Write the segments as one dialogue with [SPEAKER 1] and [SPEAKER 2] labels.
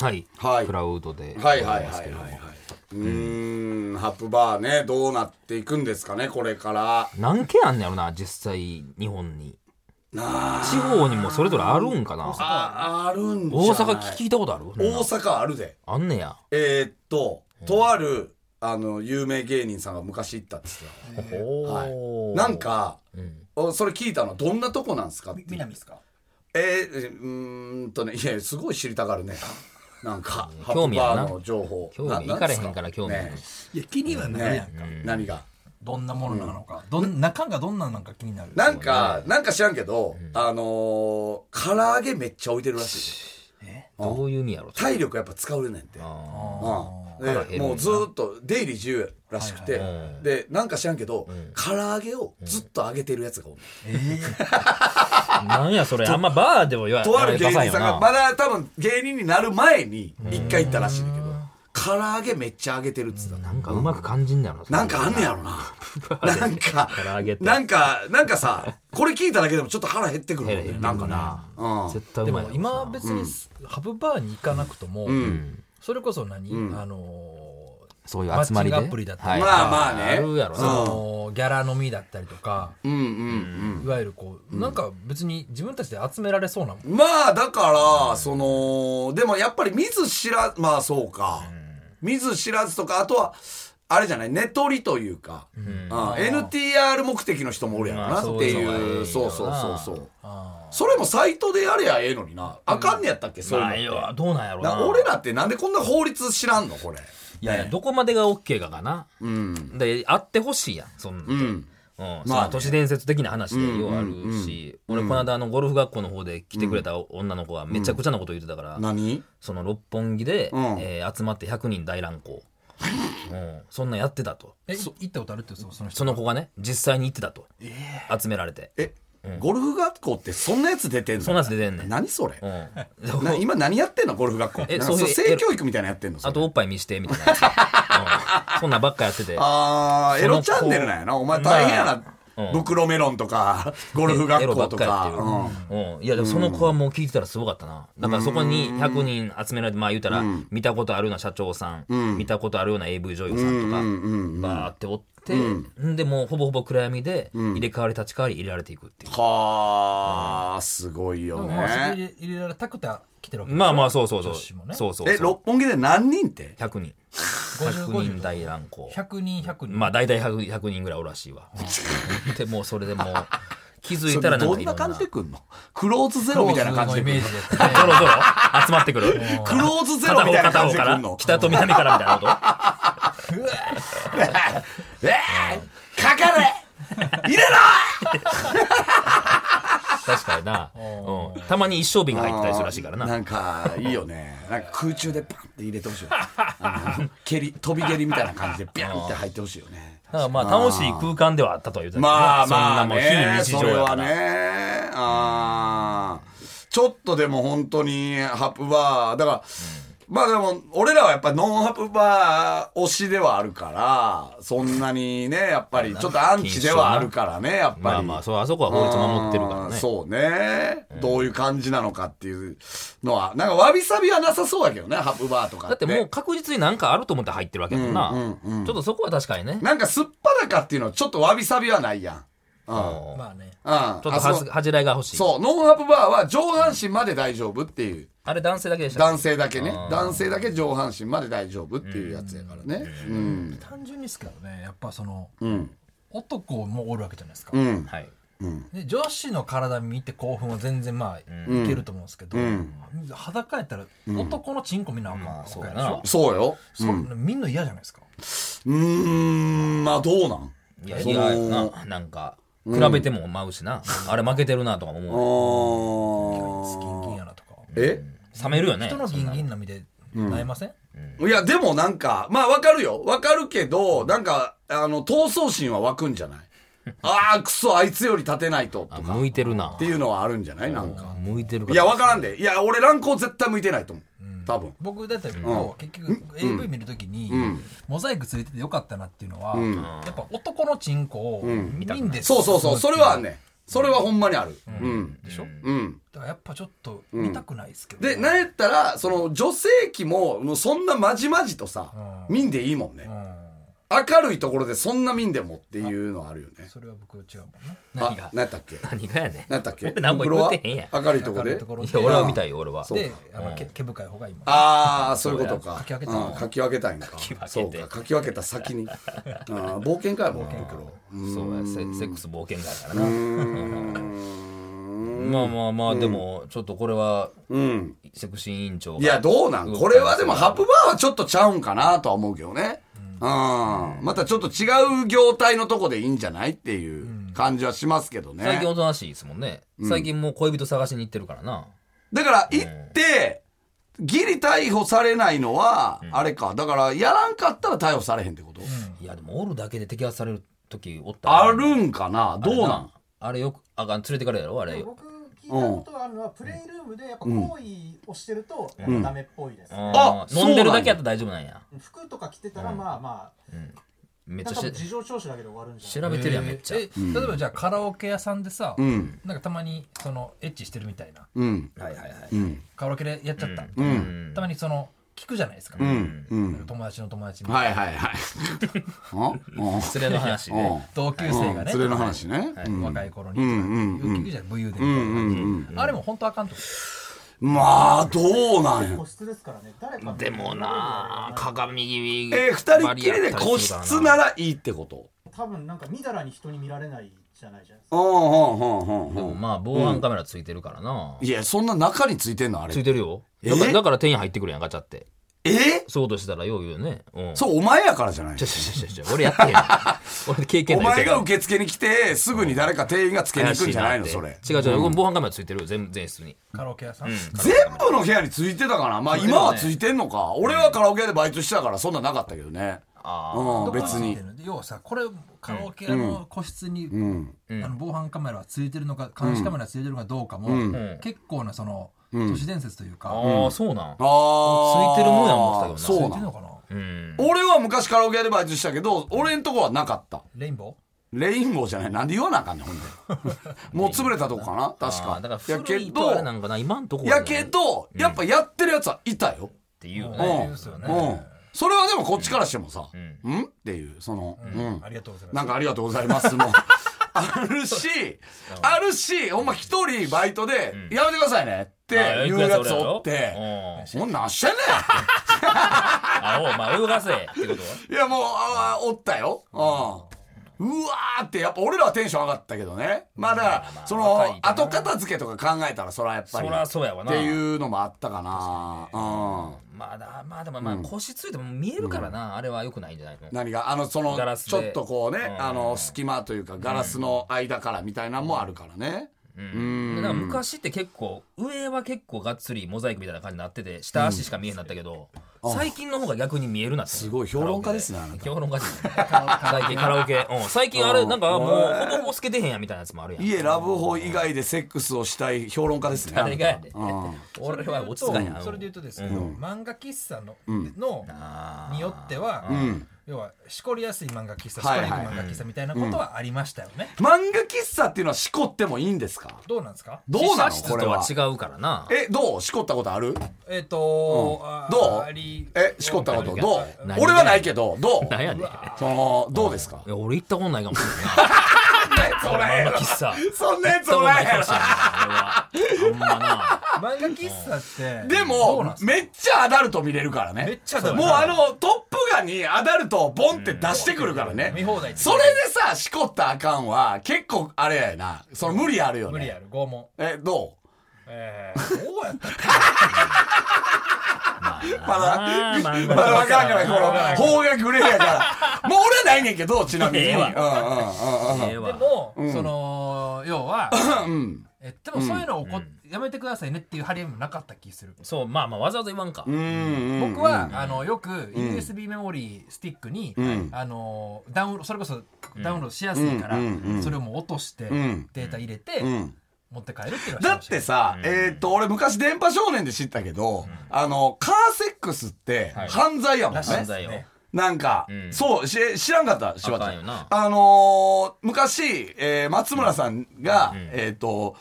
[SPEAKER 1] はい、
[SPEAKER 2] はい
[SPEAKER 1] クラウドで
[SPEAKER 2] はいはい
[SPEAKER 1] で
[SPEAKER 2] は
[SPEAKER 1] す
[SPEAKER 2] い
[SPEAKER 1] けれども
[SPEAKER 2] はい。うーん、ハプバーね、どうなっていくんですかね、これから。
[SPEAKER 1] 何件あんねやろな実際日本に
[SPEAKER 2] なあ、
[SPEAKER 1] 地方にもそれぞれあるんかな
[SPEAKER 2] ああるんじゃない
[SPEAKER 1] 大阪聞聞いたことある
[SPEAKER 2] 大阪あるで。
[SPEAKER 1] あんねや
[SPEAKER 2] えーっと、とある、あの、有名芸人さんが昔行ったんですよ。
[SPEAKER 1] おー
[SPEAKER 2] なんか、
[SPEAKER 1] うん
[SPEAKER 2] おそれ聞いたのどんなとこなんですかって
[SPEAKER 3] 南ですか
[SPEAKER 2] えー、うーんとねいやすごい知りたがるねなんか
[SPEAKER 1] 興味あるな
[SPEAKER 2] ハッパーの情報
[SPEAKER 1] 興味
[SPEAKER 2] な
[SPEAKER 1] 行かれへんから興味
[SPEAKER 2] ね
[SPEAKER 3] いや気には
[SPEAKER 2] え
[SPEAKER 3] なるやん
[SPEAKER 2] ね
[SPEAKER 3] か、
[SPEAKER 2] え何が
[SPEAKER 3] どんなものなのか、どん中がどんななんか気になる
[SPEAKER 2] なんか、なんか知らんけど、あのー唐揚げめっちゃ置いてるらしい
[SPEAKER 1] どういう意味やろ
[SPEAKER 2] 体力やっぱ使うねんて
[SPEAKER 1] あ
[SPEAKER 2] うん、でもうずーっと出入り自由らしくて、でなんか知らんけど、唐揚げをずっと揚げてるやつがおる、
[SPEAKER 1] ーなんやそれあんまバーでも言わ
[SPEAKER 2] とある芸人
[SPEAKER 1] 言わ
[SPEAKER 2] さん
[SPEAKER 1] な
[SPEAKER 2] がまだ多分芸人になる前に一回行ったらしいんだけど唐揚げめっちゃ揚げてるっつったな
[SPEAKER 1] なんかうまく感じんだよなそれ
[SPEAKER 2] なんかあんねやろ ななんか
[SPEAKER 1] 唐揚げって
[SPEAKER 2] なんかなんかさこれ聞いただけでもちょっと腹減ってくるもん
[SPEAKER 1] 減
[SPEAKER 2] ね
[SPEAKER 1] る
[SPEAKER 2] なんかなうん
[SPEAKER 1] 絶対う
[SPEAKER 4] で
[SPEAKER 1] まいや
[SPEAKER 4] も
[SPEAKER 1] ろ
[SPEAKER 4] 今は別にハブバーに行かなくとも、
[SPEAKER 2] ん
[SPEAKER 4] それこそ何、あのー
[SPEAKER 1] そういう集まりで
[SPEAKER 4] マッチングアプリだった
[SPEAKER 1] はい
[SPEAKER 4] り、
[SPEAKER 2] まあまあね
[SPEAKER 1] あるやろ
[SPEAKER 4] そ
[SPEAKER 1] な
[SPEAKER 4] のギャラ飲みだったりとか、
[SPEAKER 2] うんうん
[SPEAKER 4] いわゆるこうなんか別に自分たちで集められそうなもん、
[SPEAKER 2] うんまあだからそのでもやっぱり見ず知らまあそうか見ず知らずとかあとはあれじゃない寝取りというか、うん NTR 目的の人もおるやろ
[SPEAKER 1] ま
[SPEAKER 2] な
[SPEAKER 1] あそう
[SPEAKER 2] っていう、
[SPEAKER 1] いうの
[SPEAKER 2] そう
[SPEAKER 1] が
[SPEAKER 2] そうそうそう
[SPEAKER 4] あ
[SPEAKER 2] それもサイトでやれやええのにな。あかんねやったっけ、そう
[SPEAKER 1] まあ
[SPEAKER 2] いう
[SPEAKER 1] 要
[SPEAKER 2] のって
[SPEAKER 1] はどうなんやろ
[SPEAKER 2] な
[SPEAKER 1] な
[SPEAKER 2] 俺らってなんでこんな法律知らんのこれ。
[SPEAKER 1] いやいやどこまでが OK かかな
[SPEAKER 2] うん。
[SPEAKER 1] であってほしいやんそんなん
[SPEAKER 2] う
[SPEAKER 1] て
[SPEAKER 2] ん。
[SPEAKER 1] うん
[SPEAKER 2] まあね
[SPEAKER 1] その都市伝説的な話でようあるし、俺この間あのゴルフ学校の方で来てくれた女の子がめちゃくちゃなこと言ってたから、
[SPEAKER 2] 何
[SPEAKER 1] その六本木で、
[SPEAKER 2] うん
[SPEAKER 1] えー集まって100人大乱行、うん、そんなんやってたと
[SPEAKER 4] えい行ったことあるってそその人
[SPEAKER 1] その子がね実際に行ってたと、集められて
[SPEAKER 2] え、ゴルフ学校ってそんなやつ出てんの
[SPEAKER 1] そんなやつ出てんねん
[SPEAKER 2] 何それ
[SPEAKER 1] う、 ん、
[SPEAKER 2] な今何やってんのゴルフ学校。
[SPEAKER 1] え
[SPEAKER 2] なんか
[SPEAKER 1] そういう
[SPEAKER 2] 性教育みたいなのやってんのそれ
[SPEAKER 1] あとおっぱい見してみたいなやつ、うん、そんなんばっかやって て
[SPEAKER 2] あーエ
[SPEAKER 1] その
[SPEAKER 2] ロチャンネルなんやな。お前大変やな。ブクロメロンとか、ゴルフ
[SPEAKER 1] エ
[SPEAKER 2] 学
[SPEAKER 1] ロ
[SPEAKER 2] 校
[SPEAKER 1] ばっ
[SPEAKER 2] と
[SPEAKER 1] かやってる
[SPEAKER 2] か。
[SPEAKER 1] うんいやでもその子はもう聞いてたらすごかったなだからそこに100人集められてまあ言うたら見たことあるような社長さん、見たことあるような AV 女優さんとか、バーっておって、ん、でもうほぼほぼ暗闇で入れ替わり立ち替わり入れられていくっていう、
[SPEAKER 2] はあ、すごいよ
[SPEAKER 4] まあそれ
[SPEAKER 2] ね。
[SPEAKER 4] で入れられたくて来てるわけ
[SPEAKER 1] まあまあそうそうそう、
[SPEAKER 4] 女子もね
[SPEAKER 1] そうそうそう
[SPEAKER 2] え、六本木で何人って
[SPEAKER 1] 100人
[SPEAKER 4] 50
[SPEAKER 1] 100人大乱行
[SPEAKER 4] 100人100人、
[SPEAKER 1] まあ大体 100, 100人ぐらいおるらしいわでもうそれでも う気づいたらなん
[SPEAKER 2] ど
[SPEAKER 1] か
[SPEAKER 2] ん
[SPEAKER 1] いろ
[SPEAKER 2] なん
[SPEAKER 1] な
[SPEAKER 2] 感じ
[SPEAKER 1] そ
[SPEAKER 2] で
[SPEAKER 1] ろ
[SPEAKER 2] くんのクローズゼロみたいな感じ
[SPEAKER 4] の
[SPEAKER 2] で
[SPEAKER 4] イ
[SPEAKER 2] 来ん
[SPEAKER 4] メー
[SPEAKER 2] の
[SPEAKER 4] ジです ね
[SPEAKER 1] そろ集まってくる
[SPEAKER 2] クローズゼロ
[SPEAKER 1] 片
[SPEAKER 2] みた
[SPEAKER 1] 方
[SPEAKER 2] いな
[SPEAKER 1] 片
[SPEAKER 2] 感
[SPEAKER 1] 方
[SPEAKER 2] じで
[SPEAKER 1] か
[SPEAKER 2] 来
[SPEAKER 1] ら
[SPEAKER 2] んの
[SPEAKER 1] 北と南からみたいなこと
[SPEAKER 2] えー、かかれ入れろ
[SPEAKER 1] 確か にな、うん、たまに一升瓶が入ってたりするらしいからな
[SPEAKER 2] なんかいいよねなんか空中でパンって入れてほしいよあの蹴り飛び蹴りみたいな感じでビャンって入ってほしいよね
[SPEAKER 1] だからまあ楽しい空間ではあったとは言うてたけど
[SPEAKER 2] まあまあ
[SPEAKER 1] そんなも
[SPEAKER 2] ね
[SPEAKER 1] う非日
[SPEAKER 2] そ
[SPEAKER 1] 常
[SPEAKER 2] れ
[SPEAKER 1] や
[SPEAKER 2] は
[SPEAKER 1] から、
[SPEAKER 2] ねあーちょっとでも本当にハプバーだから、まあでも俺らはやっぱノンハプバー推しではあるからそんなにねやっぱりちょっとアンチではあるからねやっぱり、
[SPEAKER 1] まあまあそうあそこは法律守ってるから
[SPEAKER 2] あー
[SPEAKER 1] ね
[SPEAKER 2] そうね、どういう感じなのかっていうのはなんかわびさびはなさそうだけどねハプバーとか
[SPEAKER 1] だってもう確実になんかあると思って入ってるわけやもんな、ちょっとそこは確かにね
[SPEAKER 2] なんかすっぱだかっていうのはちょっとわびさびはないやんうん、うん、
[SPEAKER 1] もう
[SPEAKER 4] まあね
[SPEAKER 2] あ
[SPEAKER 1] ちょっとは
[SPEAKER 2] そ
[SPEAKER 1] ず
[SPEAKER 2] う
[SPEAKER 1] 恥じらいが欲しい
[SPEAKER 2] そうノンハプバーは上半身まで大丈夫っていう
[SPEAKER 1] あれ男性だけでしたっ
[SPEAKER 2] 男性だけね男性だけ上半身まで大丈夫っていうやつやからねうん
[SPEAKER 4] 単純にですからねやっぱその
[SPEAKER 2] うん
[SPEAKER 4] 男もおるわけじゃないですか、
[SPEAKER 2] うん
[SPEAKER 1] けはい
[SPEAKER 4] で女子の体見て興奮は全然まあ、いけると思うんですけど、裸やったら男のチンコ見なあかん、
[SPEAKER 1] まあそうや
[SPEAKER 4] でしょ
[SPEAKER 1] な
[SPEAKER 2] そうよ
[SPEAKER 4] そんなみんな嫌じゃないですか
[SPEAKER 2] うーんまあどうなん
[SPEAKER 1] いや
[SPEAKER 2] そ
[SPEAKER 1] い
[SPEAKER 2] の
[SPEAKER 1] やななんか比べても舞うしな、あれ負けてるなとかも
[SPEAKER 2] あ
[SPEAKER 1] 思う
[SPEAKER 4] スキンギン
[SPEAKER 2] ー
[SPEAKER 4] やなとか
[SPEAKER 2] え
[SPEAKER 1] 冷めるよね
[SPEAKER 4] 人のギンギンな見てなえません、
[SPEAKER 2] いや、でもなんか、まあわかるよ。わかるけど、なんか、あの、闘争心は湧くんじゃ ないああ、くそ、あいつより立てないと、と
[SPEAKER 1] あ
[SPEAKER 2] か、っ
[SPEAKER 1] 向いてるな
[SPEAKER 2] ていうのはあるんじゃないなんか。
[SPEAKER 1] 向いてる
[SPEAKER 2] いや、わからんで。いや、俺、乱行絶対向いてないと思う。多分。
[SPEAKER 4] 僕だってもう結局 AV 見るときにモザイクついててよかったなっていうのは、やっぱ男のチンコを見んで
[SPEAKER 2] そうそうそう、それはね。それはほんまにある。うん。
[SPEAKER 4] でしょ
[SPEAKER 2] うん。
[SPEAKER 4] だからやっぱちょっと見たくないですけど、
[SPEAKER 2] で、なんやったら、その女性器も、もうそんなまじまじとさ、見んでいいもんね。明るいところでそんな見んでもっていうのはあるよね。
[SPEAKER 4] それは僕違うもんね
[SPEAKER 2] あ
[SPEAKER 1] 何が、
[SPEAKER 2] 何やったっけ
[SPEAKER 1] 何がやねん。
[SPEAKER 2] 何やったっけ
[SPEAKER 1] 俺何も言ってへんやん。
[SPEAKER 2] 明るいとこ
[SPEAKER 4] 明
[SPEAKER 2] ろ
[SPEAKER 4] る
[SPEAKER 2] で
[SPEAKER 4] いと。ころ
[SPEAKER 1] い
[SPEAKER 4] で
[SPEAKER 1] や、俺は見たいよ、俺は。
[SPEAKER 2] そう
[SPEAKER 4] であの、け毛深い方がいいもん
[SPEAKER 2] ああ、そういうことか。
[SPEAKER 4] そうや書き分けた
[SPEAKER 2] うん書き分けたいんか。
[SPEAKER 1] 分
[SPEAKER 2] そう
[SPEAKER 1] けて
[SPEAKER 2] か、書き分けた先に。あー冒険かよ、もう袋。
[SPEAKER 1] そうや、セセックス冒険家やから
[SPEAKER 2] うー
[SPEAKER 1] な。
[SPEAKER 2] ん。
[SPEAKER 1] まあまあまあ、でも、ちょっとこれは、
[SPEAKER 2] うん。
[SPEAKER 1] セクシー委員長が。
[SPEAKER 2] いや、どうなんこれはでも、ハプバーはちょっとちゃうんかなとは思うけどね。うん。またちょっと違う業態のとこでいいんじゃないっていう感じはしますけどね。
[SPEAKER 1] 最近おとなしいですもんね。最近もう恋人探しに行ってるからな。
[SPEAKER 2] だから行って、ギリ逮捕されないのは、あれか。だから、やらんかったら逮捕されへんってこと、
[SPEAKER 1] いや、でもおるだけで摘発される時おった
[SPEAKER 2] あるんかなどうなん
[SPEAKER 1] あれよく、あかん、連れてかれるやろ、あれ。
[SPEAKER 5] 僕聞いたことがあるのは、プレイルームでやっぱ行為をしてると、やっぱダメっぽいです、
[SPEAKER 1] あ
[SPEAKER 2] あ
[SPEAKER 1] ー飲んでるだけやったら大丈夫なんや。
[SPEAKER 5] 服とか着てたらまあまあ、
[SPEAKER 1] めっち
[SPEAKER 5] な
[SPEAKER 1] ゃ
[SPEAKER 5] んか
[SPEAKER 1] し
[SPEAKER 5] 事情聴取だけで終わるんじゃない
[SPEAKER 1] 調べてるやん、めっちゃ
[SPEAKER 4] え。例えばじゃあカラオケ屋さんでさ、なんかたまにそのエッチしてるみたいな
[SPEAKER 2] うん。
[SPEAKER 1] はいはいはい。
[SPEAKER 4] カラオケでやっちゃった、
[SPEAKER 1] うん。
[SPEAKER 4] たまにその聞くじゃないですか、友達の友達に、
[SPEAKER 2] はいはいはい。あうん
[SPEAKER 1] 連れの話で。
[SPEAKER 2] うん
[SPEAKER 4] 同級生がね、
[SPEAKER 2] 連れの話ね。
[SPEAKER 4] はい
[SPEAKER 2] うん
[SPEAKER 4] 若い頃に、聞くじゃん武勇伝みたいな感じ、あれも本当あかんと思う
[SPEAKER 2] まあ、どうなんや
[SPEAKER 5] 個。室ですからね、誰か
[SPEAKER 1] でもなあ鏡右
[SPEAKER 2] えー、二人っきりで個室な
[SPEAKER 1] ら
[SPEAKER 2] らいいってこと
[SPEAKER 5] 多分なんかみだらに人に見られないじゃないじゃないですか。
[SPEAKER 2] うんうんうんうんうん。
[SPEAKER 1] まあ防犯カメラついてるからな、
[SPEAKER 2] いや、そんな中についてんのあれ
[SPEAKER 1] つい。てるよ
[SPEAKER 2] え
[SPEAKER 1] だからだから店員入ってくるやんガチャって
[SPEAKER 2] えー
[SPEAKER 1] そうとしたらよう言うねうんちょ
[SPEAKER 2] そう、お前やからじゃない
[SPEAKER 1] ちょちょちょちょ俺やってへん 俺経験
[SPEAKER 2] お
[SPEAKER 1] ない
[SPEAKER 2] 前が
[SPEAKER 1] け
[SPEAKER 2] 受付に来て、すぐに誰か店員がつけに行くんじゃないのそれ。
[SPEAKER 1] 違う違う、防犯カメラついてるよ全全室に
[SPEAKER 4] カラオケ屋さん、
[SPEAKER 2] 全部の部屋についてたかなまあ今はついてんのか。俺はカラオケ屋でバイトしてたからそんななかったけどね。
[SPEAKER 1] あ
[SPEAKER 2] うん、別
[SPEAKER 4] どこに
[SPEAKER 2] に
[SPEAKER 4] ついて。るの要はさこれカラオケ屋の個室に、あの防犯カメラはついてるのか監視カメラついてるのかどうかも、結構なその、都市伝説という
[SPEAKER 1] あ、
[SPEAKER 4] か、
[SPEAKER 1] ああそうなん
[SPEAKER 2] ああ。
[SPEAKER 1] ついてるもんや思ってたけどな
[SPEAKER 2] そうな
[SPEAKER 4] ついてるの
[SPEAKER 2] の
[SPEAKER 4] かな
[SPEAKER 1] うん
[SPEAKER 2] 俺は昔カラオケ屋でバイトしたけど、俺んとこはなかった。
[SPEAKER 4] レインボー
[SPEAKER 2] レインボーじゃない。なんで言わなあかんねん、ほんで。もう潰れたとこかな確
[SPEAKER 1] あ
[SPEAKER 2] か
[SPEAKER 1] ーだから。
[SPEAKER 2] やけ
[SPEAKER 1] 古いとあれな
[SPEAKER 2] ど、
[SPEAKER 1] んかな今んとこは
[SPEAKER 2] やけど、やっぱやってるやつはいたよ。
[SPEAKER 1] っていう
[SPEAKER 2] うん。
[SPEAKER 1] ね
[SPEAKER 4] いですよね
[SPEAKER 2] うん。それはでもこっちからしてもさ、
[SPEAKER 1] ん
[SPEAKER 2] うんっていう、その、うん。
[SPEAKER 4] ありがとうございます
[SPEAKER 2] なんかありがとうございますもあるし、あるし、ほんま一人バイトで、やめてくださいねって言うやつおって、もうなんしてんね
[SPEAKER 1] あお前泳がせって こと
[SPEAKER 2] んいやもう、あーおったよ。うん。うわーって、やっぱ俺らはテンション上がったけどね。まあだから、そ
[SPEAKER 1] 若
[SPEAKER 2] の
[SPEAKER 1] い、な
[SPEAKER 2] 後片付けとか考えたら、そらやっぱり。
[SPEAKER 1] そらそうやわな
[SPEAKER 2] っていうのもあったかな。うん。
[SPEAKER 1] まあだまあでもまあ腰ついても見えるからな、あれはよくないんじゃないの
[SPEAKER 2] 何があのその
[SPEAKER 1] ガラスで
[SPEAKER 2] ちょっとこうね
[SPEAKER 1] うん
[SPEAKER 2] あの隙間というかガラスの間からみたいなのもあるからね
[SPEAKER 1] でなんか昔って結構上は結構がっつりモザイクみたいな感じになってて下足しか見えなかったけど、最近の方が逆に見えるなってす
[SPEAKER 2] ごい評論家ですねあなた
[SPEAKER 1] 評論 家ですね最近カラオケ、うん、最近あれなんかもうほぼほぼ透けてへんやみたいなやつもあるやん
[SPEAKER 2] 家ラブホ以外でセックスをしたい評論家ですね
[SPEAKER 1] あれがやで
[SPEAKER 2] あなたうん
[SPEAKER 1] 俺は落ち着かんやん
[SPEAKER 4] それで言うとですけど、漫画喫茶の,、の
[SPEAKER 1] あー
[SPEAKER 4] によっては、要はしこりやすい漫画喫茶しこ
[SPEAKER 2] はい
[SPEAKER 4] り
[SPEAKER 2] はい
[SPEAKER 4] にくい漫画喫茶みたいなことはありましたよね、
[SPEAKER 2] 漫画喫茶っていうのはしこってもいいんですか
[SPEAKER 4] どうなんですか
[SPEAKER 2] どうな
[SPEAKER 1] 喫茶
[SPEAKER 2] の
[SPEAKER 1] 室
[SPEAKER 2] これ
[SPEAKER 1] と
[SPEAKER 2] は
[SPEAKER 1] は違うからな
[SPEAKER 2] えどうしこったことある
[SPEAKER 4] えっ、とあー
[SPEAKER 2] どう
[SPEAKER 4] あり
[SPEAKER 2] えしこったこと
[SPEAKER 1] 何
[SPEAKER 2] どう
[SPEAKER 1] 何
[SPEAKER 2] 俺はないけど どう
[SPEAKER 1] なんやねんい
[SPEAKER 2] そのどうですか
[SPEAKER 1] や俺行ったことないかもしれない
[SPEAKER 2] そ
[SPEAKER 1] な俺漫画
[SPEAKER 2] れ
[SPEAKER 1] 喫茶
[SPEAKER 2] そんなやつ
[SPEAKER 1] 行
[SPEAKER 2] お
[SPEAKER 1] ったこ
[SPEAKER 2] ら
[SPEAKER 1] となんい
[SPEAKER 2] や
[SPEAKER 1] か
[SPEAKER 2] ろ
[SPEAKER 1] もしれない俺はあんまな
[SPEAKER 4] 漫画喫茶って ど
[SPEAKER 2] で
[SPEAKER 4] うなん
[SPEAKER 2] も
[SPEAKER 4] で、すか
[SPEAKER 2] めっちゃアダルト見れるからね。
[SPEAKER 4] めっちゃアダルト
[SPEAKER 2] もうあの、トップガンにアダルトをボンって出してくるからね。
[SPEAKER 4] 見放題って
[SPEAKER 2] それでさ、しこったらあかんは、結構あれやな。その無理あるよね。
[SPEAKER 4] 無理やる拷問
[SPEAKER 2] え、どう
[SPEAKER 4] え ー、どうやったっけ
[SPEAKER 2] まだ、
[SPEAKER 1] まあ
[SPEAKER 2] まだわからんから、この、方がグレーやから。 もう俺はないねんけど、ちなみに。
[SPEAKER 1] ええわ
[SPEAKER 2] うんうんうんうん
[SPEAKER 1] ええ
[SPEAKER 4] で
[SPEAKER 1] わ
[SPEAKER 4] も、その要 は、えでもそういうのをこ、やめてくださいねっていう張り合いもなかった気する
[SPEAKER 1] そうまあまあわざわざ言わんか、
[SPEAKER 2] うんうん。
[SPEAKER 4] 僕は、あのよく USB メモリースティックに、
[SPEAKER 2] ん
[SPEAKER 4] あのダウンそれこそダウンロードしやすいから、
[SPEAKER 2] うんうんうん
[SPEAKER 4] それをもう落として、
[SPEAKER 2] ん
[SPEAKER 4] データ入れて、
[SPEAKER 2] うん。
[SPEAKER 4] 持って帰るっていうのは
[SPEAKER 2] だってさ、えっと、俺昔電波少年で知ったけど、あの、カーセックスって犯罪やもんね。
[SPEAKER 1] 犯罪よ
[SPEAKER 4] ね
[SPEAKER 2] なんか、そうし知らんかった柴
[SPEAKER 1] あ
[SPEAKER 2] 田
[SPEAKER 1] かんよな
[SPEAKER 2] あのー昔、えー松村さんが、えっ、と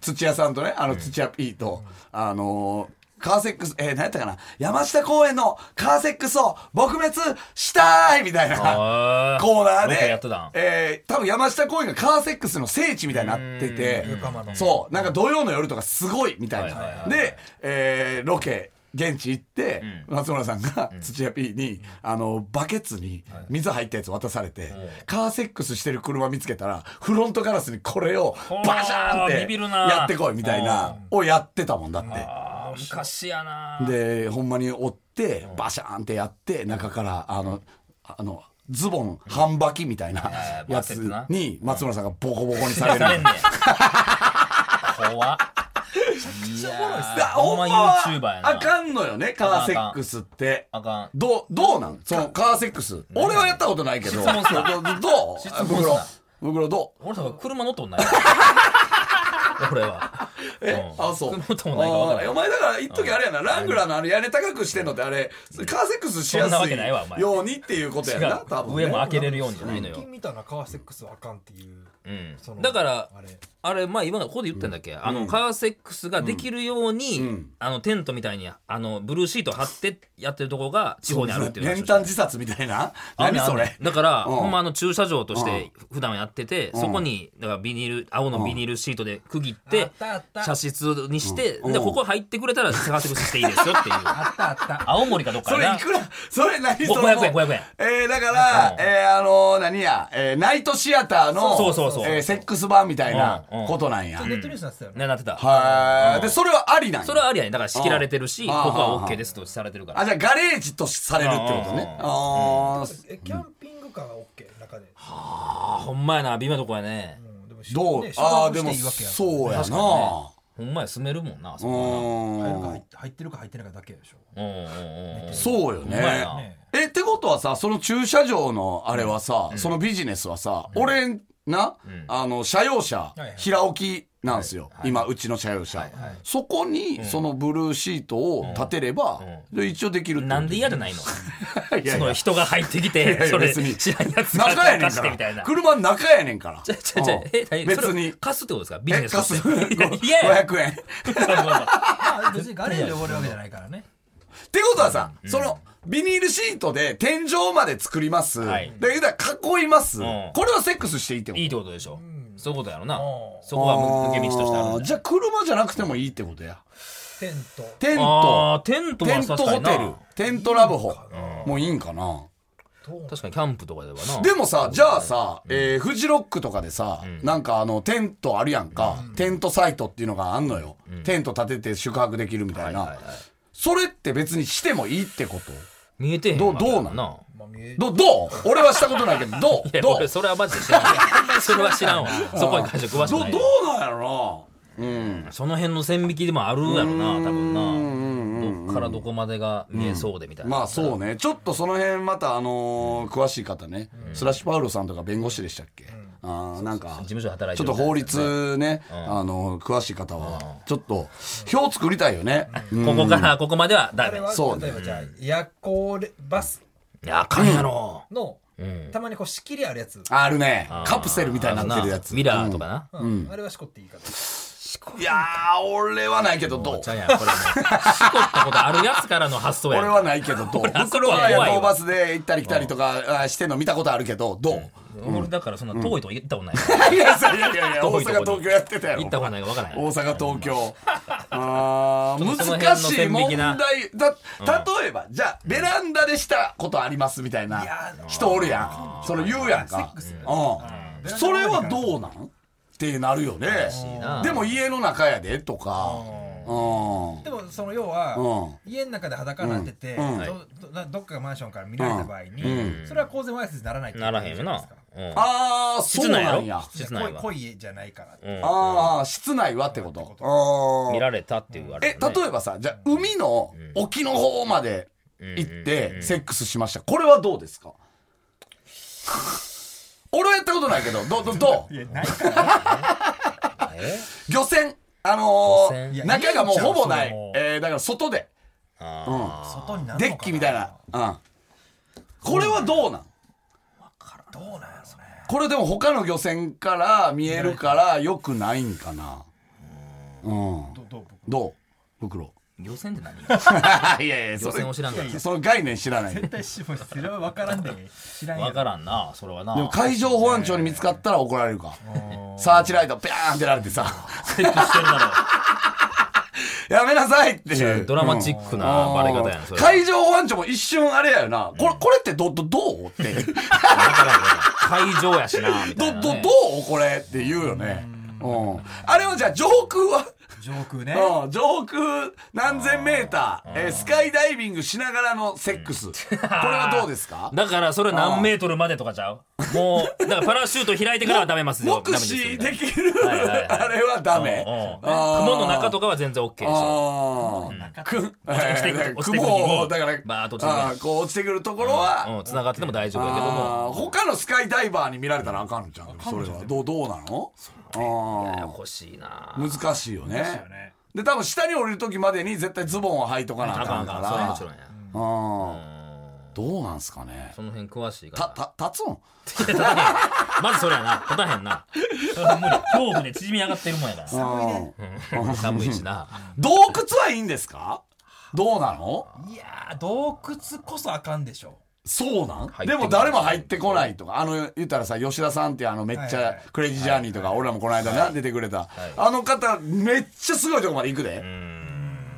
[SPEAKER 2] 土屋さんとねあの土屋 P と、あのーカーセックス、えー、何やったかな山下公園のカーセックスを撲滅したいみたいな
[SPEAKER 1] あー
[SPEAKER 2] コーナー
[SPEAKER 1] なんか
[SPEAKER 2] で、
[SPEAKER 1] やってたん
[SPEAKER 2] えー多分山下公園がカーセックスの聖地みたいになってて、
[SPEAKER 4] 横浜の
[SPEAKER 2] そう、なんか土曜の夜とかすごいみたい
[SPEAKER 1] はいはい
[SPEAKER 2] な。
[SPEAKER 1] はい
[SPEAKER 2] で、えーロケ、現地行って、松村さんが土屋 P に、あの、バケツに水入ったやつ渡されて、カーセックスしてる車見つけたら、フロントガラスにこれを
[SPEAKER 1] ー
[SPEAKER 2] バシャーンっ
[SPEAKER 1] ビ
[SPEAKER 2] て
[SPEAKER 1] ビるな
[SPEAKER 2] やってこいみたいな、をやってたもんだって。
[SPEAKER 1] あー昔やな
[SPEAKER 2] でほんまに折ってバシャーンってやって中からあのあのズボン半履きみたいな
[SPEAKER 1] うん
[SPEAKER 2] やつに松村さんがボコボコにされ
[SPEAKER 1] され
[SPEAKER 2] る
[SPEAKER 1] んねん怖っいやーほんま YouTuber やな
[SPEAKER 2] あかんのよねカーセックスって
[SPEAKER 1] あかん
[SPEAKER 2] どうどうなんそのカーセックス俺はやったことないけどどう
[SPEAKER 1] 問すな質問す
[SPEAKER 2] 袋
[SPEAKER 1] な
[SPEAKER 2] 袋どう
[SPEAKER 1] 俺とか車乗ったことない俺は
[SPEAKER 2] え
[SPEAKER 1] うん
[SPEAKER 2] あそう
[SPEAKER 1] 車乗ったことないから分
[SPEAKER 2] あ
[SPEAKER 1] から
[SPEAKER 2] ーお
[SPEAKER 1] ん
[SPEAKER 2] 前だから一時あれやなラングラーのあれ屋根高くしてんのってあれカーセックスしや
[SPEAKER 1] そんなわ
[SPEAKER 2] す
[SPEAKER 1] けないわお前
[SPEAKER 2] いようにっていうことやな多分ね
[SPEAKER 1] 上も開けれるようにじゃないの
[SPEAKER 6] 最
[SPEAKER 1] よ
[SPEAKER 6] 近見たなカーセックスはあかんっていう、
[SPEAKER 1] うん
[SPEAKER 6] その
[SPEAKER 1] だから
[SPEAKER 6] あれ
[SPEAKER 1] あれまあ今ここで言ったんだっけあのカーセックスができるようにあのテントみたいにあのブルーシート張ってやってるとこが地方にあるっていう
[SPEAKER 2] 練
[SPEAKER 1] 話をした
[SPEAKER 2] 炭自殺みたいな
[SPEAKER 1] あん
[SPEAKER 2] 何
[SPEAKER 1] ねん
[SPEAKER 2] そ
[SPEAKER 1] あん
[SPEAKER 2] れ
[SPEAKER 1] ねんだから、
[SPEAKER 2] うん
[SPEAKER 1] ほんまあの駐車場として普段やってて、そこにだからビニール青のビニールシートで区切って、車室にして、でここ入ってくれたら探せしていいですよっていう
[SPEAKER 4] あったあった。
[SPEAKER 1] 青森かどっか
[SPEAKER 2] それ
[SPEAKER 1] やない
[SPEAKER 2] くらそれ何
[SPEAKER 1] ご
[SPEAKER 2] それ
[SPEAKER 1] 500円500円
[SPEAKER 2] えー、だから、
[SPEAKER 1] うん
[SPEAKER 2] えー、あのー何や、えー、ナイトシアターの
[SPEAKER 1] そうそうそうそう
[SPEAKER 2] えーセックス版みたいな
[SPEAKER 1] うんうん
[SPEAKER 2] ことなんや、
[SPEAKER 4] ネットニュースになってたよね。
[SPEAKER 1] ねなってた、
[SPEAKER 2] は
[SPEAKER 1] う
[SPEAKER 2] い
[SPEAKER 1] ん
[SPEAKER 2] でそれはありなんや
[SPEAKER 1] それはありやねだから仕切られてるし、
[SPEAKER 2] うんう
[SPEAKER 1] ここ
[SPEAKER 2] んうん
[SPEAKER 1] は OK ですとされてるから
[SPEAKER 2] あじゃあガレージとされるってことね
[SPEAKER 1] うん
[SPEAKER 2] ああー
[SPEAKER 6] えキャンピングカーが OK 中で、
[SPEAKER 1] あほんまやな微妙なとこやね
[SPEAKER 6] うんでも
[SPEAKER 2] どう、
[SPEAKER 6] ね
[SPEAKER 2] ああ
[SPEAKER 6] 宿
[SPEAKER 2] で
[SPEAKER 6] 泊
[SPEAKER 2] も
[SPEAKER 6] していいわけやん
[SPEAKER 2] そうやな、
[SPEAKER 1] 確かほんまや住めるもんなあそこ
[SPEAKER 2] う
[SPEAKER 4] 入るか
[SPEAKER 2] ー
[SPEAKER 4] 入
[SPEAKER 2] ん
[SPEAKER 4] って入ってるか入ってないかだけでしょ。
[SPEAKER 1] はなうんうんうんうん
[SPEAKER 2] そうよ
[SPEAKER 1] ほんまや
[SPEAKER 2] ね
[SPEAKER 1] な
[SPEAKER 2] えってことはさその駐車場のあれはさ、そのビジネスはさ、俺な、あの車用車、
[SPEAKER 6] はい
[SPEAKER 2] 平置きなんですよ、今うちの車用車、そこにそのブルーシートを立てれば、で一応できるってこと
[SPEAKER 1] なんで嫌じゃないの
[SPEAKER 2] いやい
[SPEAKER 1] その
[SPEAKER 2] や
[SPEAKER 1] 人が入ってきて
[SPEAKER 2] いや
[SPEAKER 1] それ
[SPEAKER 2] 別に
[SPEAKER 1] 知らんやつ
[SPEAKER 2] 中やねん
[SPEAKER 1] 貸し
[SPEAKER 2] か
[SPEAKER 1] てみたい
[SPEAKER 2] ら
[SPEAKER 1] な
[SPEAKER 2] 車の中やねんから
[SPEAKER 1] ちょちょちょ
[SPEAKER 2] うん
[SPEAKER 1] え何
[SPEAKER 2] 別
[SPEAKER 1] そ
[SPEAKER 2] に
[SPEAKER 1] れ貸すってことですかビジ
[SPEAKER 2] え
[SPEAKER 1] ネスと
[SPEAKER 2] 貸す
[SPEAKER 1] していやいや
[SPEAKER 2] 500円
[SPEAKER 4] まあ別にガレージで汚れるわけじゃないからね。
[SPEAKER 2] ってことはさ、そのビニールシートで天井まで作ります、
[SPEAKER 1] はい
[SPEAKER 2] で言うたら囲います、
[SPEAKER 1] ん
[SPEAKER 2] これはセックスしていいってこと
[SPEAKER 1] いいってことでしょそういうことやろなそこは抜け道としてある
[SPEAKER 2] あ
[SPEAKER 1] ん
[SPEAKER 2] ー
[SPEAKER 1] だ
[SPEAKER 2] じゃあ車じゃなくてもいいってことや
[SPEAKER 6] テント
[SPEAKER 2] テン
[SPEAKER 1] あー
[SPEAKER 2] ト
[SPEAKER 1] テント
[SPEAKER 2] テ
[SPEAKER 1] は
[SPEAKER 2] ント
[SPEAKER 1] 確か
[SPEAKER 2] ホ
[SPEAKER 1] にな
[SPEAKER 2] テルテントラブホもういいんかな
[SPEAKER 1] 確かにキャンプとかではな
[SPEAKER 2] でもさじゃあさ、えーフジロックとかでさ、なんかあのテントあるやんか、テントサイトっていうのがあんのよ、テント立てて宿泊できるみたいな、それって別にしてもいいってこと
[SPEAKER 1] 見えてへん
[SPEAKER 2] どう
[SPEAKER 1] わけやも
[SPEAKER 2] どうなん
[SPEAKER 1] な
[SPEAKER 6] まあ見え
[SPEAKER 2] どどう俺はしたことないけどど
[SPEAKER 1] いうや
[SPEAKER 2] どう
[SPEAKER 1] 俺それはマジで 知らんわそれは知らんわそこに関して詳しく
[SPEAKER 2] ど
[SPEAKER 1] な
[SPEAKER 2] ど
[SPEAKER 1] いう
[SPEAKER 2] なんやろなうん
[SPEAKER 1] その辺の線引きでもあるやろな多分などっからどこまでが見えそうでみたいな
[SPEAKER 2] まあそうねちょっとその辺またあのー詳しい方ね、スラッシュパウロさんとか弁護士でしたっけ、あーなんか
[SPEAKER 1] 事務所で働い
[SPEAKER 2] ちょ
[SPEAKER 1] て
[SPEAKER 2] っ
[SPEAKER 1] る
[SPEAKER 2] と
[SPEAKER 1] みたいな
[SPEAKER 2] 法律ね、あの、詳しい方は、ちょっと、表作りたいよね。うん
[SPEAKER 1] ここからここまではダ
[SPEAKER 6] あれ
[SPEAKER 1] メ
[SPEAKER 6] は
[SPEAKER 2] そうね
[SPEAKER 6] 例えばじゃあ夜行レバス
[SPEAKER 1] いやあかんやろ
[SPEAKER 6] の、たまにこう仕切りあるやつ、
[SPEAKER 2] あるね。カプセルみたいになってるやつ。
[SPEAKER 1] あミラーとかな
[SPEAKER 6] うんあれはしこっていいから
[SPEAKER 2] いやー、俺はないけど、どう
[SPEAKER 1] ちゃうやんこれもうしこったことあるやつからの発想やん
[SPEAKER 2] 俺はないけど、 どう
[SPEAKER 1] あそこ
[SPEAKER 2] 袋
[SPEAKER 1] は
[SPEAKER 2] は
[SPEAKER 1] 怖いわ
[SPEAKER 2] 夜行バスで行ったり来たりとかあーしてんの見たことあるけど、どう
[SPEAKER 1] 俺だからそんな遠いとこ行ったことない、
[SPEAKER 2] いやいやいやいや、
[SPEAKER 1] ど
[SPEAKER 2] 大
[SPEAKER 1] ういうと
[SPEAKER 2] 阪、
[SPEAKER 1] こ
[SPEAKER 2] 東京やってたや
[SPEAKER 1] 行ったこ
[SPEAKER 2] ろ。
[SPEAKER 1] とないから分から
[SPEAKER 2] 大
[SPEAKER 1] ない
[SPEAKER 2] 阪、東京。あ
[SPEAKER 1] ちょっとそ
[SPEAKER 2] ー
[SPEAKER 1] の辺の
[SPEAKER 2] 難しい
[SPEAKER 1] 線引
[SPEAKER 2] 問
[SPEAKER 1] き
[SPEAKER 2] 題
[SPEAKER 1] な
[SPEAKER 2] だ。例えば、じゃあ、ベランダでしたことありますみたいな人おるやん。それ言うやんか。うん。それはどうなんってなるよね。でも家の中やでとか。うん
[SPEAKER 6] でもその要は、
[SPEAKER 2] う
[SPEAKER 6] 家の中で裸になってて、
[SPEAKER 2] うん
[SPEAKER 6] どどなどっかがマンションから見られた場合に、それは公然わいせつにならないってこ
[SPEAKER 1] な
[SPEAKER 6] と
[SPEAKER 1] ら
[SPEAKER 6] じ
[SPEAKER 1] へん
[SPEAKER 6] ゃ
[SPEAKER 1] よ
[SPEAKER 6] ないです
[SPEAKER 1] な
[SPEAKER 6] か、
[SPEAKER 1] うん、
[SPEAKER 2] ああ、そう
[SPEAKER 1] 室内や
[SPEAKER 2] な
[SPEAKER 1] ろ
[SPEAKER 2] んや。
[SPEAKER 1] 室
[SPEAKER 6] いや
[SPEAKER 1] 内
[SPEAKER 6] 恋
[SPEAKER 1] は、
[SPEAKER 6] 恋じゃないからって、
[SPEAKER 2] ああ、室内はってこと。あー
[SPEAKER 1] 見られたっていうあれ、
[SPEAKER 2] え
[SPEAKER 1] ね、、
[SPEAKER 2] 例えばさ、じゃあ海の沖の方まで行っ
[SPEAKER 1] うんうんう
[SPEAKER 2] て
[SPEAKER 1] ん
[SPEAKER 2] セックスしました。これはどうですか 俺はやったことないけど、ど、ど、どう
[SPEAKER 1] え
[SPEAKER 2] 漁船。あの
[SPEAKER 1] 漁船
[SPEAKER 2] ー、
[SPEAKER 1] いや
[SPEAKER 2] 中がもうほぼない
[SPEAKER 6] いいんちゃうそれも。
[SPEAKER 2] えー、だから外で、
[SPEAKER 1] あ
[SPEAKER 4] 外になるのかな
[SPEAKER 2] デッキみたいな。うん。これはどうな
[SPEAKER 4] どうなん
[SPEAKER 2] ん
[SPEAKER 4] やろね
[SPEAKER 2] これでも他の漁船から見えるからよくないんかなうん
[SPEAKER 6] どどう
[SPEAKER 2] どう袋
[SPEAKER 1] 漁船って何
[SPEAKER 2] いやいやそ
[SPEAKER 1] 漁
[SPEAKER 2] れ
[SPEAKER 1] 船を知らんから
[SPEAKER 2] その概念知らないで
[SPEAKER 6] 絶対しもうそれは分からんで知らんや
[SPEAKER 1] 分
[SPEAKER 6] ん
[SPEAKER 1] からんなそれはな
[SPEAKER 2] も海上保安庁に見つかったら怒られるかサーチライトピャーンってられてさ
[SPEAKER 1] チェックしてるだろ
[SPEAKER 2] やめなさいっていう
[SPEAKER 1] ドラマチックなバレ方やんそれ
[SPEAKER 2] 海上保安庁も一瞬あれやよな、これこれってどどどう っていう
[SPEAKER 1] わからんわからん会場やしなみた
[SPEAKER 2] ど
[SPEAKER 1] いな、
[SPEAKER 2] ど
[SPEAKER 1] ね、
[SPEAKER 2] どうこれって言うよねうんあれはじゃあ上空は
[SPEAKER 6] 上空ね
[SPEAKER 2] うん上空何千メーター、えースカイダイビングしながらのセックス、これはどうですか
[SPEAKER 1] だからそれ何メートルまでとかちゃうもうだからパラシュート開いてからは ダメますよ
[SPEAKER 2] 目視できる、
[SPEAKER 1] はいはいはい
[SPEAKER 2] あれはダメ。あー
[SPEAKER 1] 雲の中とかは全然 OK でしょ
[SPEAKER 2] ああ、く、
[SPEAKER 1] 落ちてくる
[SPEAKER 2] えー
[SPEAKER 1] 落ちてくる
[SPEAKER 2] 雲をだから、
[SPEAKER 1] バーッと落ちてくる
[SPEAKER 2] あーこう落ちてくるところは、
[SPEAKER 1] うん繋がってても大丈夫やけど
[SPEAKER 2] あー
[SPEAKER 1] も
[SPEAKER 2] 他のスカイダイバーに見られたらあかんのじゃん。それはどうどうなの？
[SPEAKER 1] いや
[SPEAKER 2] あ
[SPEAKER 1] 欲しいな
[SPEAKER 2] あ、難しいよね。
[SPEAKER 6] ね
[SPEAKER 2] で多分下に降りる時までに絶対ズボンを履いとかなあ
[SPEAKER 1] あか
[SPEAKER 2] か
[SPEAKER 1] んあ
[SPEAKER 2] んか。
[SPEAKER 1] からんそれはもちろんや
[SPEAKER 2] あ
[SPEAKER 1] うん
[SPEAKER 2] ーどうなんすかね。
[SPEAKER 1] その辺詳しいから
[SPEAKER 2] た
[SPEAKER 1] な
[SPEAKER 2] た立つん。
[SPEAKER 1] いや 立たへんまずそれやな立たへんなそれは無理恐怖で縮み上がってるもんやから
[SPEAKER 2] うん
[SPEAKER 1] うん寒いしな
[SPEAKER 2] 洞窟はいいんですか？どうなの？
[SPEAKER 4] いやー洞窟こそあかんでしょ
[SPEAKER 2] そうなん
[SPEAKER 1] 入ってこない
[SPEAKER 2] でも誰も入ってこないとか、あの、言ったらさ、吉田さんってあの、めっち
[SPEAKER 6] はいは
[SPEAKER 2] ゃクレイジージャーニーとか、俺らもこの間な、出てくれた。あの方、めっちゃすごいとこまで行くで。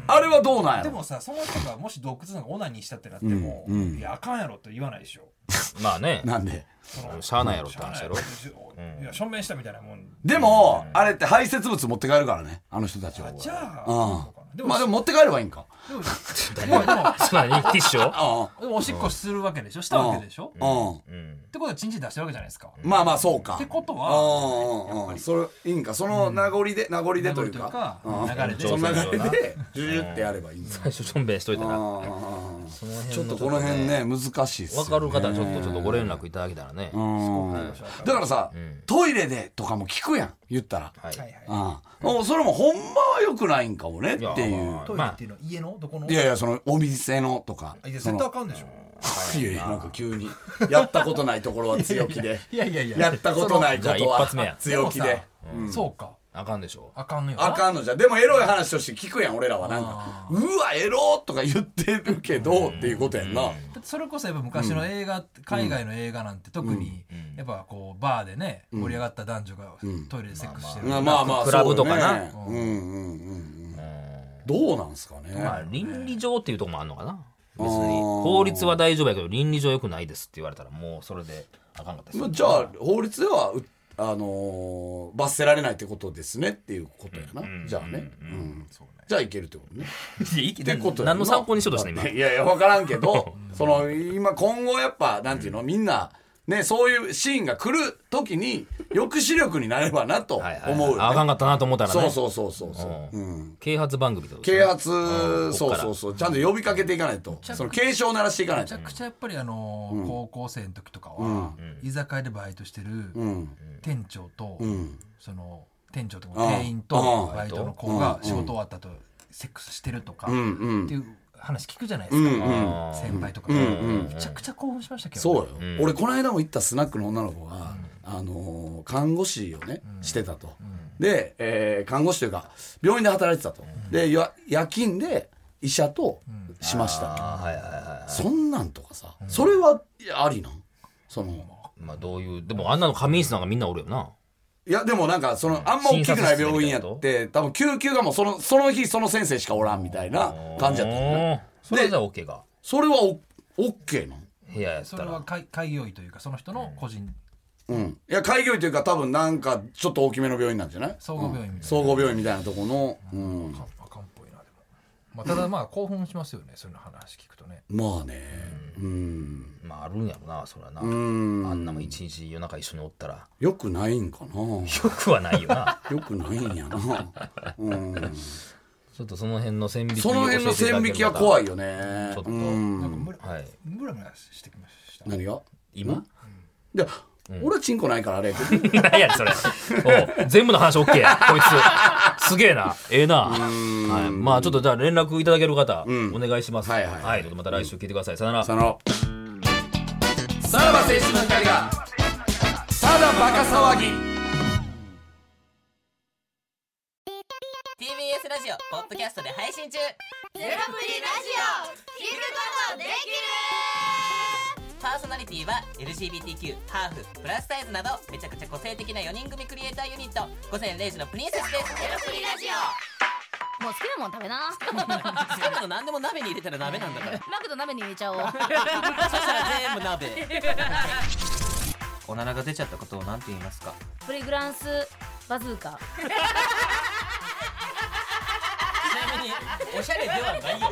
[SPEAKER 2] あれはどうなんや
[SPEAKER 6] で
[SPEAKER 2] ろ
[SPEAKER 6] もさその人がもし洞窟なんかオナニーしたってなっても、
[SPEAKER 2] うんうん
[SPEAKER 6] いやあかんやろって言わないでしょ
[SPEAKER 1] まあね
[SPEAKER 2] なんで
[SPEAKER 6] そ
[SPEAKER 1] しゃあないやろって話やろ
[SPEAKER 6] しゃあないやろいや証明したみたいなもん
[SPEAKER 2] でも、あれって排泄物持って帰るからね、あの人たちは。
[SPEAKER 6] じゃあ
[SPEAKER 2] うん。
[SPEAKER 6] で
[SPEAKER 2] ま
[SPEAKER 6] も
[SPEAKER 2] あでも持って帰ればいいんか。
[SPEAKER 1] そうだねティッシュを
[SPEAKER 2] あ
[SPEAKER 4] でもおしっこするわけでしょしたわけでしょっ
[SPEAKER 2] あ。うん。
[SPEAKER 1] うん
[SPEAKER 4] てことはチンチン出してるわけじゃないですか
[SPEAKER 2] まあまあ、そうか。
[SPEAKER 4] ってことは
[SPEAKER 2] うんうんうん。それ、いいんか。その名残で、名残でというか。
[SPEAKER 4] 名残というか
[SPEAKER 2] うん
[SPEAKER 4] 流れで
[SPEAKER 2] その流れで、ジュジュってやればいいんです
[SPEAKER 1] 最初しょんべんしといたら
[SPEAKER 2] ちょっとこの辺ね、難しいっすよ
[SPEAKER 1] 分
[SPEAKER 2] ね
[SPEAKER 1] かる方はちょっとちょっとご連絡いただけたらね
[SPEAKER 2] だからさ、トイレでとかも聞くやん言ったら、
[SPEAKER 1] はい
[SPEAKER 6] はいはい
[SPEAKER 2] うんもうそれもほんまは良くないんかもねって
[SPEAKER 1] や
[SPEAKER 2] いう
[SPEAKER 6] トイレ
[SPEAKER 1] まあ
[SPEAKER 6] っていうのは家のどこの
[SPEAKER 2] いやいやそのお店のとか
[SPEAKER 6] いや
[SPEAKER 2] そ
[SPEAKER 6] 絶
[SPEAKER 2] の
[SPEAKER 6] 対あかんでしょ
[SPEAKER 2] いやいやなんか急にやったことないところは強気で
[SPEAKER 4] いやいやいや
[SPEAKER 2] やったことないこ
[SPEAKER 1] じゃあ
[SPEAKER 2] と
[SPEAKER 1] 一発目や
[SPEAKER 2] は強気で
[SPEAKER 4] そうか
[SPEAKER 1] あかんでしょ
[SPEAKER 4] あかんのよな
[SPEAKER 2] あかんのじゃんでもエロい話として聞くやん俺らはなんかうわエロとか言ってるけどっていうことやんな
[SPEAKER 4] だってそれこそやっぱ昔の映画、海外の映画なんて特に、やっぱこうバーでね、盛り上がった男女がトイレでセックスしてる、
[SPEAKER 2] まあまあ
[SPEAKER 1] クラブとかな
[SPEAKER 2] そうよねうんうんうんうんどうなんすかね
[SPEAKER 1] うまあ倫理上っていうとこもあんのかな別
[SPEAKER 2] あ
[SPEAKER 1] に
[SPEAKER 2] ー
[SPEAKER 1] 法律は大丈夫やけど倫理上良くないですって言われたらもうそれであかんかったです
[SPEAKER 2] まあじゃあ法律ではうあのー罰せられないってことですねっていうことやな、じゃあね,、うんじゃあいけるってことね ってことやな
[SPEAKER 1] 何の参考にしようとしてんの今
[SPEAKER 2] いやい や分からんけどその今今後やっぱなんていうのみんなねそういうシーンが来る時に抑止力になればなと思
[SPEAKER 1] はいう
[SPEAKER 2] よね、
[SPEAKER 1] はいああかんかったなと思ったらね
[SPEAKER 2] そうそうそうそうそう、うん、
[SPEAKER 1] 啓発番組ってこと
[SPEAKER 2] 啓
[SPEAKER 1] ですね
[SPEAKER 2] 発、そうそうそうちゃんと呼びかけていかないとその警鐘を鳴らしていかない
[SPEAKER 4] めち
[SPEAKER 2] と
[SPEAKER 4] ゃくちゃやっぱりあのー高校生の時とかは、居酒屋でバイトしてる
[SPEAKER 2] うん
[SPEAKER 4] 店長と、
[SPEAKER 2] うん
[SPEAKER 4] その店長とか
[SPEAKER 2] うん
[SPEAKER 4] 店員
[SPEAKER 2] う
[SPEAKER 4] と
[SPEAKER 2] ん
[SPEAKER 4] バイトの子が仕事終わったとセックスしてるとか、
[SPEAKER 2] うん
[SPEAKER 4] っ
[SPEAKER 2] う
[SPEAKER 4] て
[SPEAKER 2] ん
[SPEAKER 4] いう話聞くじゃないで
[SPEAKER 2] うんう
[SPEAKER 4] すか、
[SPEAKER 2] ん
[SPEAKER 1] あー
[SPEAKER 4] 先輩とか、
[SPEAKER 2] ん
[SPEAKER 4] めちゃくちゃ興奮しましたけど
[SPEAKER 2] そうよ、俺この間も行ったスナックの女の子が、あのー看護師をね、してたと、で、えー看護師というか病院で働いてたと、でや夜勤で医者としました、
[SPEAKER 1] あーはいはいはい
[SPEAKER 2] そんなんとかさ、それはいやありなんその
[SPEAKER 1] まあどういうでもあんなの仮眠室なんかみんなおるよない
[SPEAKER 2] やでもなんかそのあんま大きくない病院やって多分救急がもうそのその日その先生しかおらんみたいな感じやったのね
[SPEAKER 1] うんそれじゃあ OK か
[SPEAKER 2] それはオッケーなん
[SPEAKER 1] 部屋やっ
[SPEAKER 4] そ
[SPEAKER 1] た
[SPEAKER 4] れ
[SPEAKER 1] ら
[SPEAKER 4] は開開業医というかその人の個人
[SPEAKER 2] うん、いや開業医というか多分なんかちょっと大きめの病院なんじゃない
[SPEAKER 4] 総合病院みたいな
[SPEAKER 2] 総合病院みたいなところの、うん、
[SPEAKER 4] あかんっぽいなでも、まあ、ただまあ興奮しますよねそういうの話聞くとね
[SPEAKER 2] まあねうん、
[SPEAKER 1] まああるんやろなそれはなあ
[SPEAKER 2] ん
[SPEAKER 1] んなもん一日夜中一緒におったら
[SPEAKER 2] よくないんかな
[SPEAKER 1] よくはないよな
[SPEAKER 2] よくないんやな、 うん、
[SPEAKER 1] ちょっとその辺の線引き
[SPEAKER 2] その辺の線引きは怖
[SPEAKER 1] い
[SPEAKER 2] いよね
[SPEAKER 1] ちょっと
[SPEAKER 2] うん、
[SPEAKER 1] はい
[SPEAKER 6] ムラムラしてきました
[SPEAKER 2] 何が
[SPEAKER 1] 今
[SPEAKER 2] で、俺はチンコないから あれやけど
[SPEAKER 1] 何やねんそれおう全部の話 OK こいつすげえなええなはいまあちょっとじゃあ連絡いただける方お願いします
[SPEAKER 2] はいはいはい
[SPEAKER 1] ちょっとまた来週聞いてくださいさよなら
[SPEAKER 2] そのさらば青春の光がただバカ騒ぎ
[SPEAKER 7] TBS ラジオポッドキャストで配信中ゼロプリラジオ聞くことできるパーソナリティは LGBTQ ハーフプラスサイズなどめちゃくちゃ個性的な4人組クリエイターユニット午前0時のプリンセスですゼロプリラジ
[SPEAKER 8] もう好きなもん食べな
[SPEAKER 7] オ好きなの何でも鍋に入れたら鍋なんだから
[SPEAKER 8] マクド鍋に入れち ゃおう
[SPEAKER 7] そしたら全部鍋おならが出ちゃったことを何て言いますか
[SPEAKER 8] プリグランスバズー カ
[SPEAKER 7] ちなみにおしゃれではないよ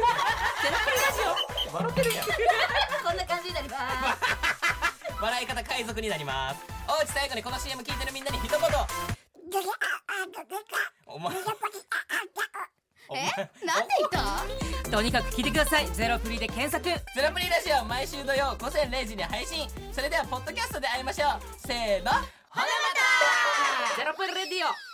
[SPEAKER 8] こんな感じになります
[SPEAKER 7] 笑い方海賊になりますおうち最後にこの CM 聞いてるみんなに一言お前
[SPEAKER 8] え なんで言ったとにかく聞いてくださいゼロフリーで検索
[SPEAKER 7] ゼロプリラジオ毎週土曜午前0時に配信それではポッドキャストで会いましょうせーのほなまた
[SPEAKER 8] ゼロプリレディオ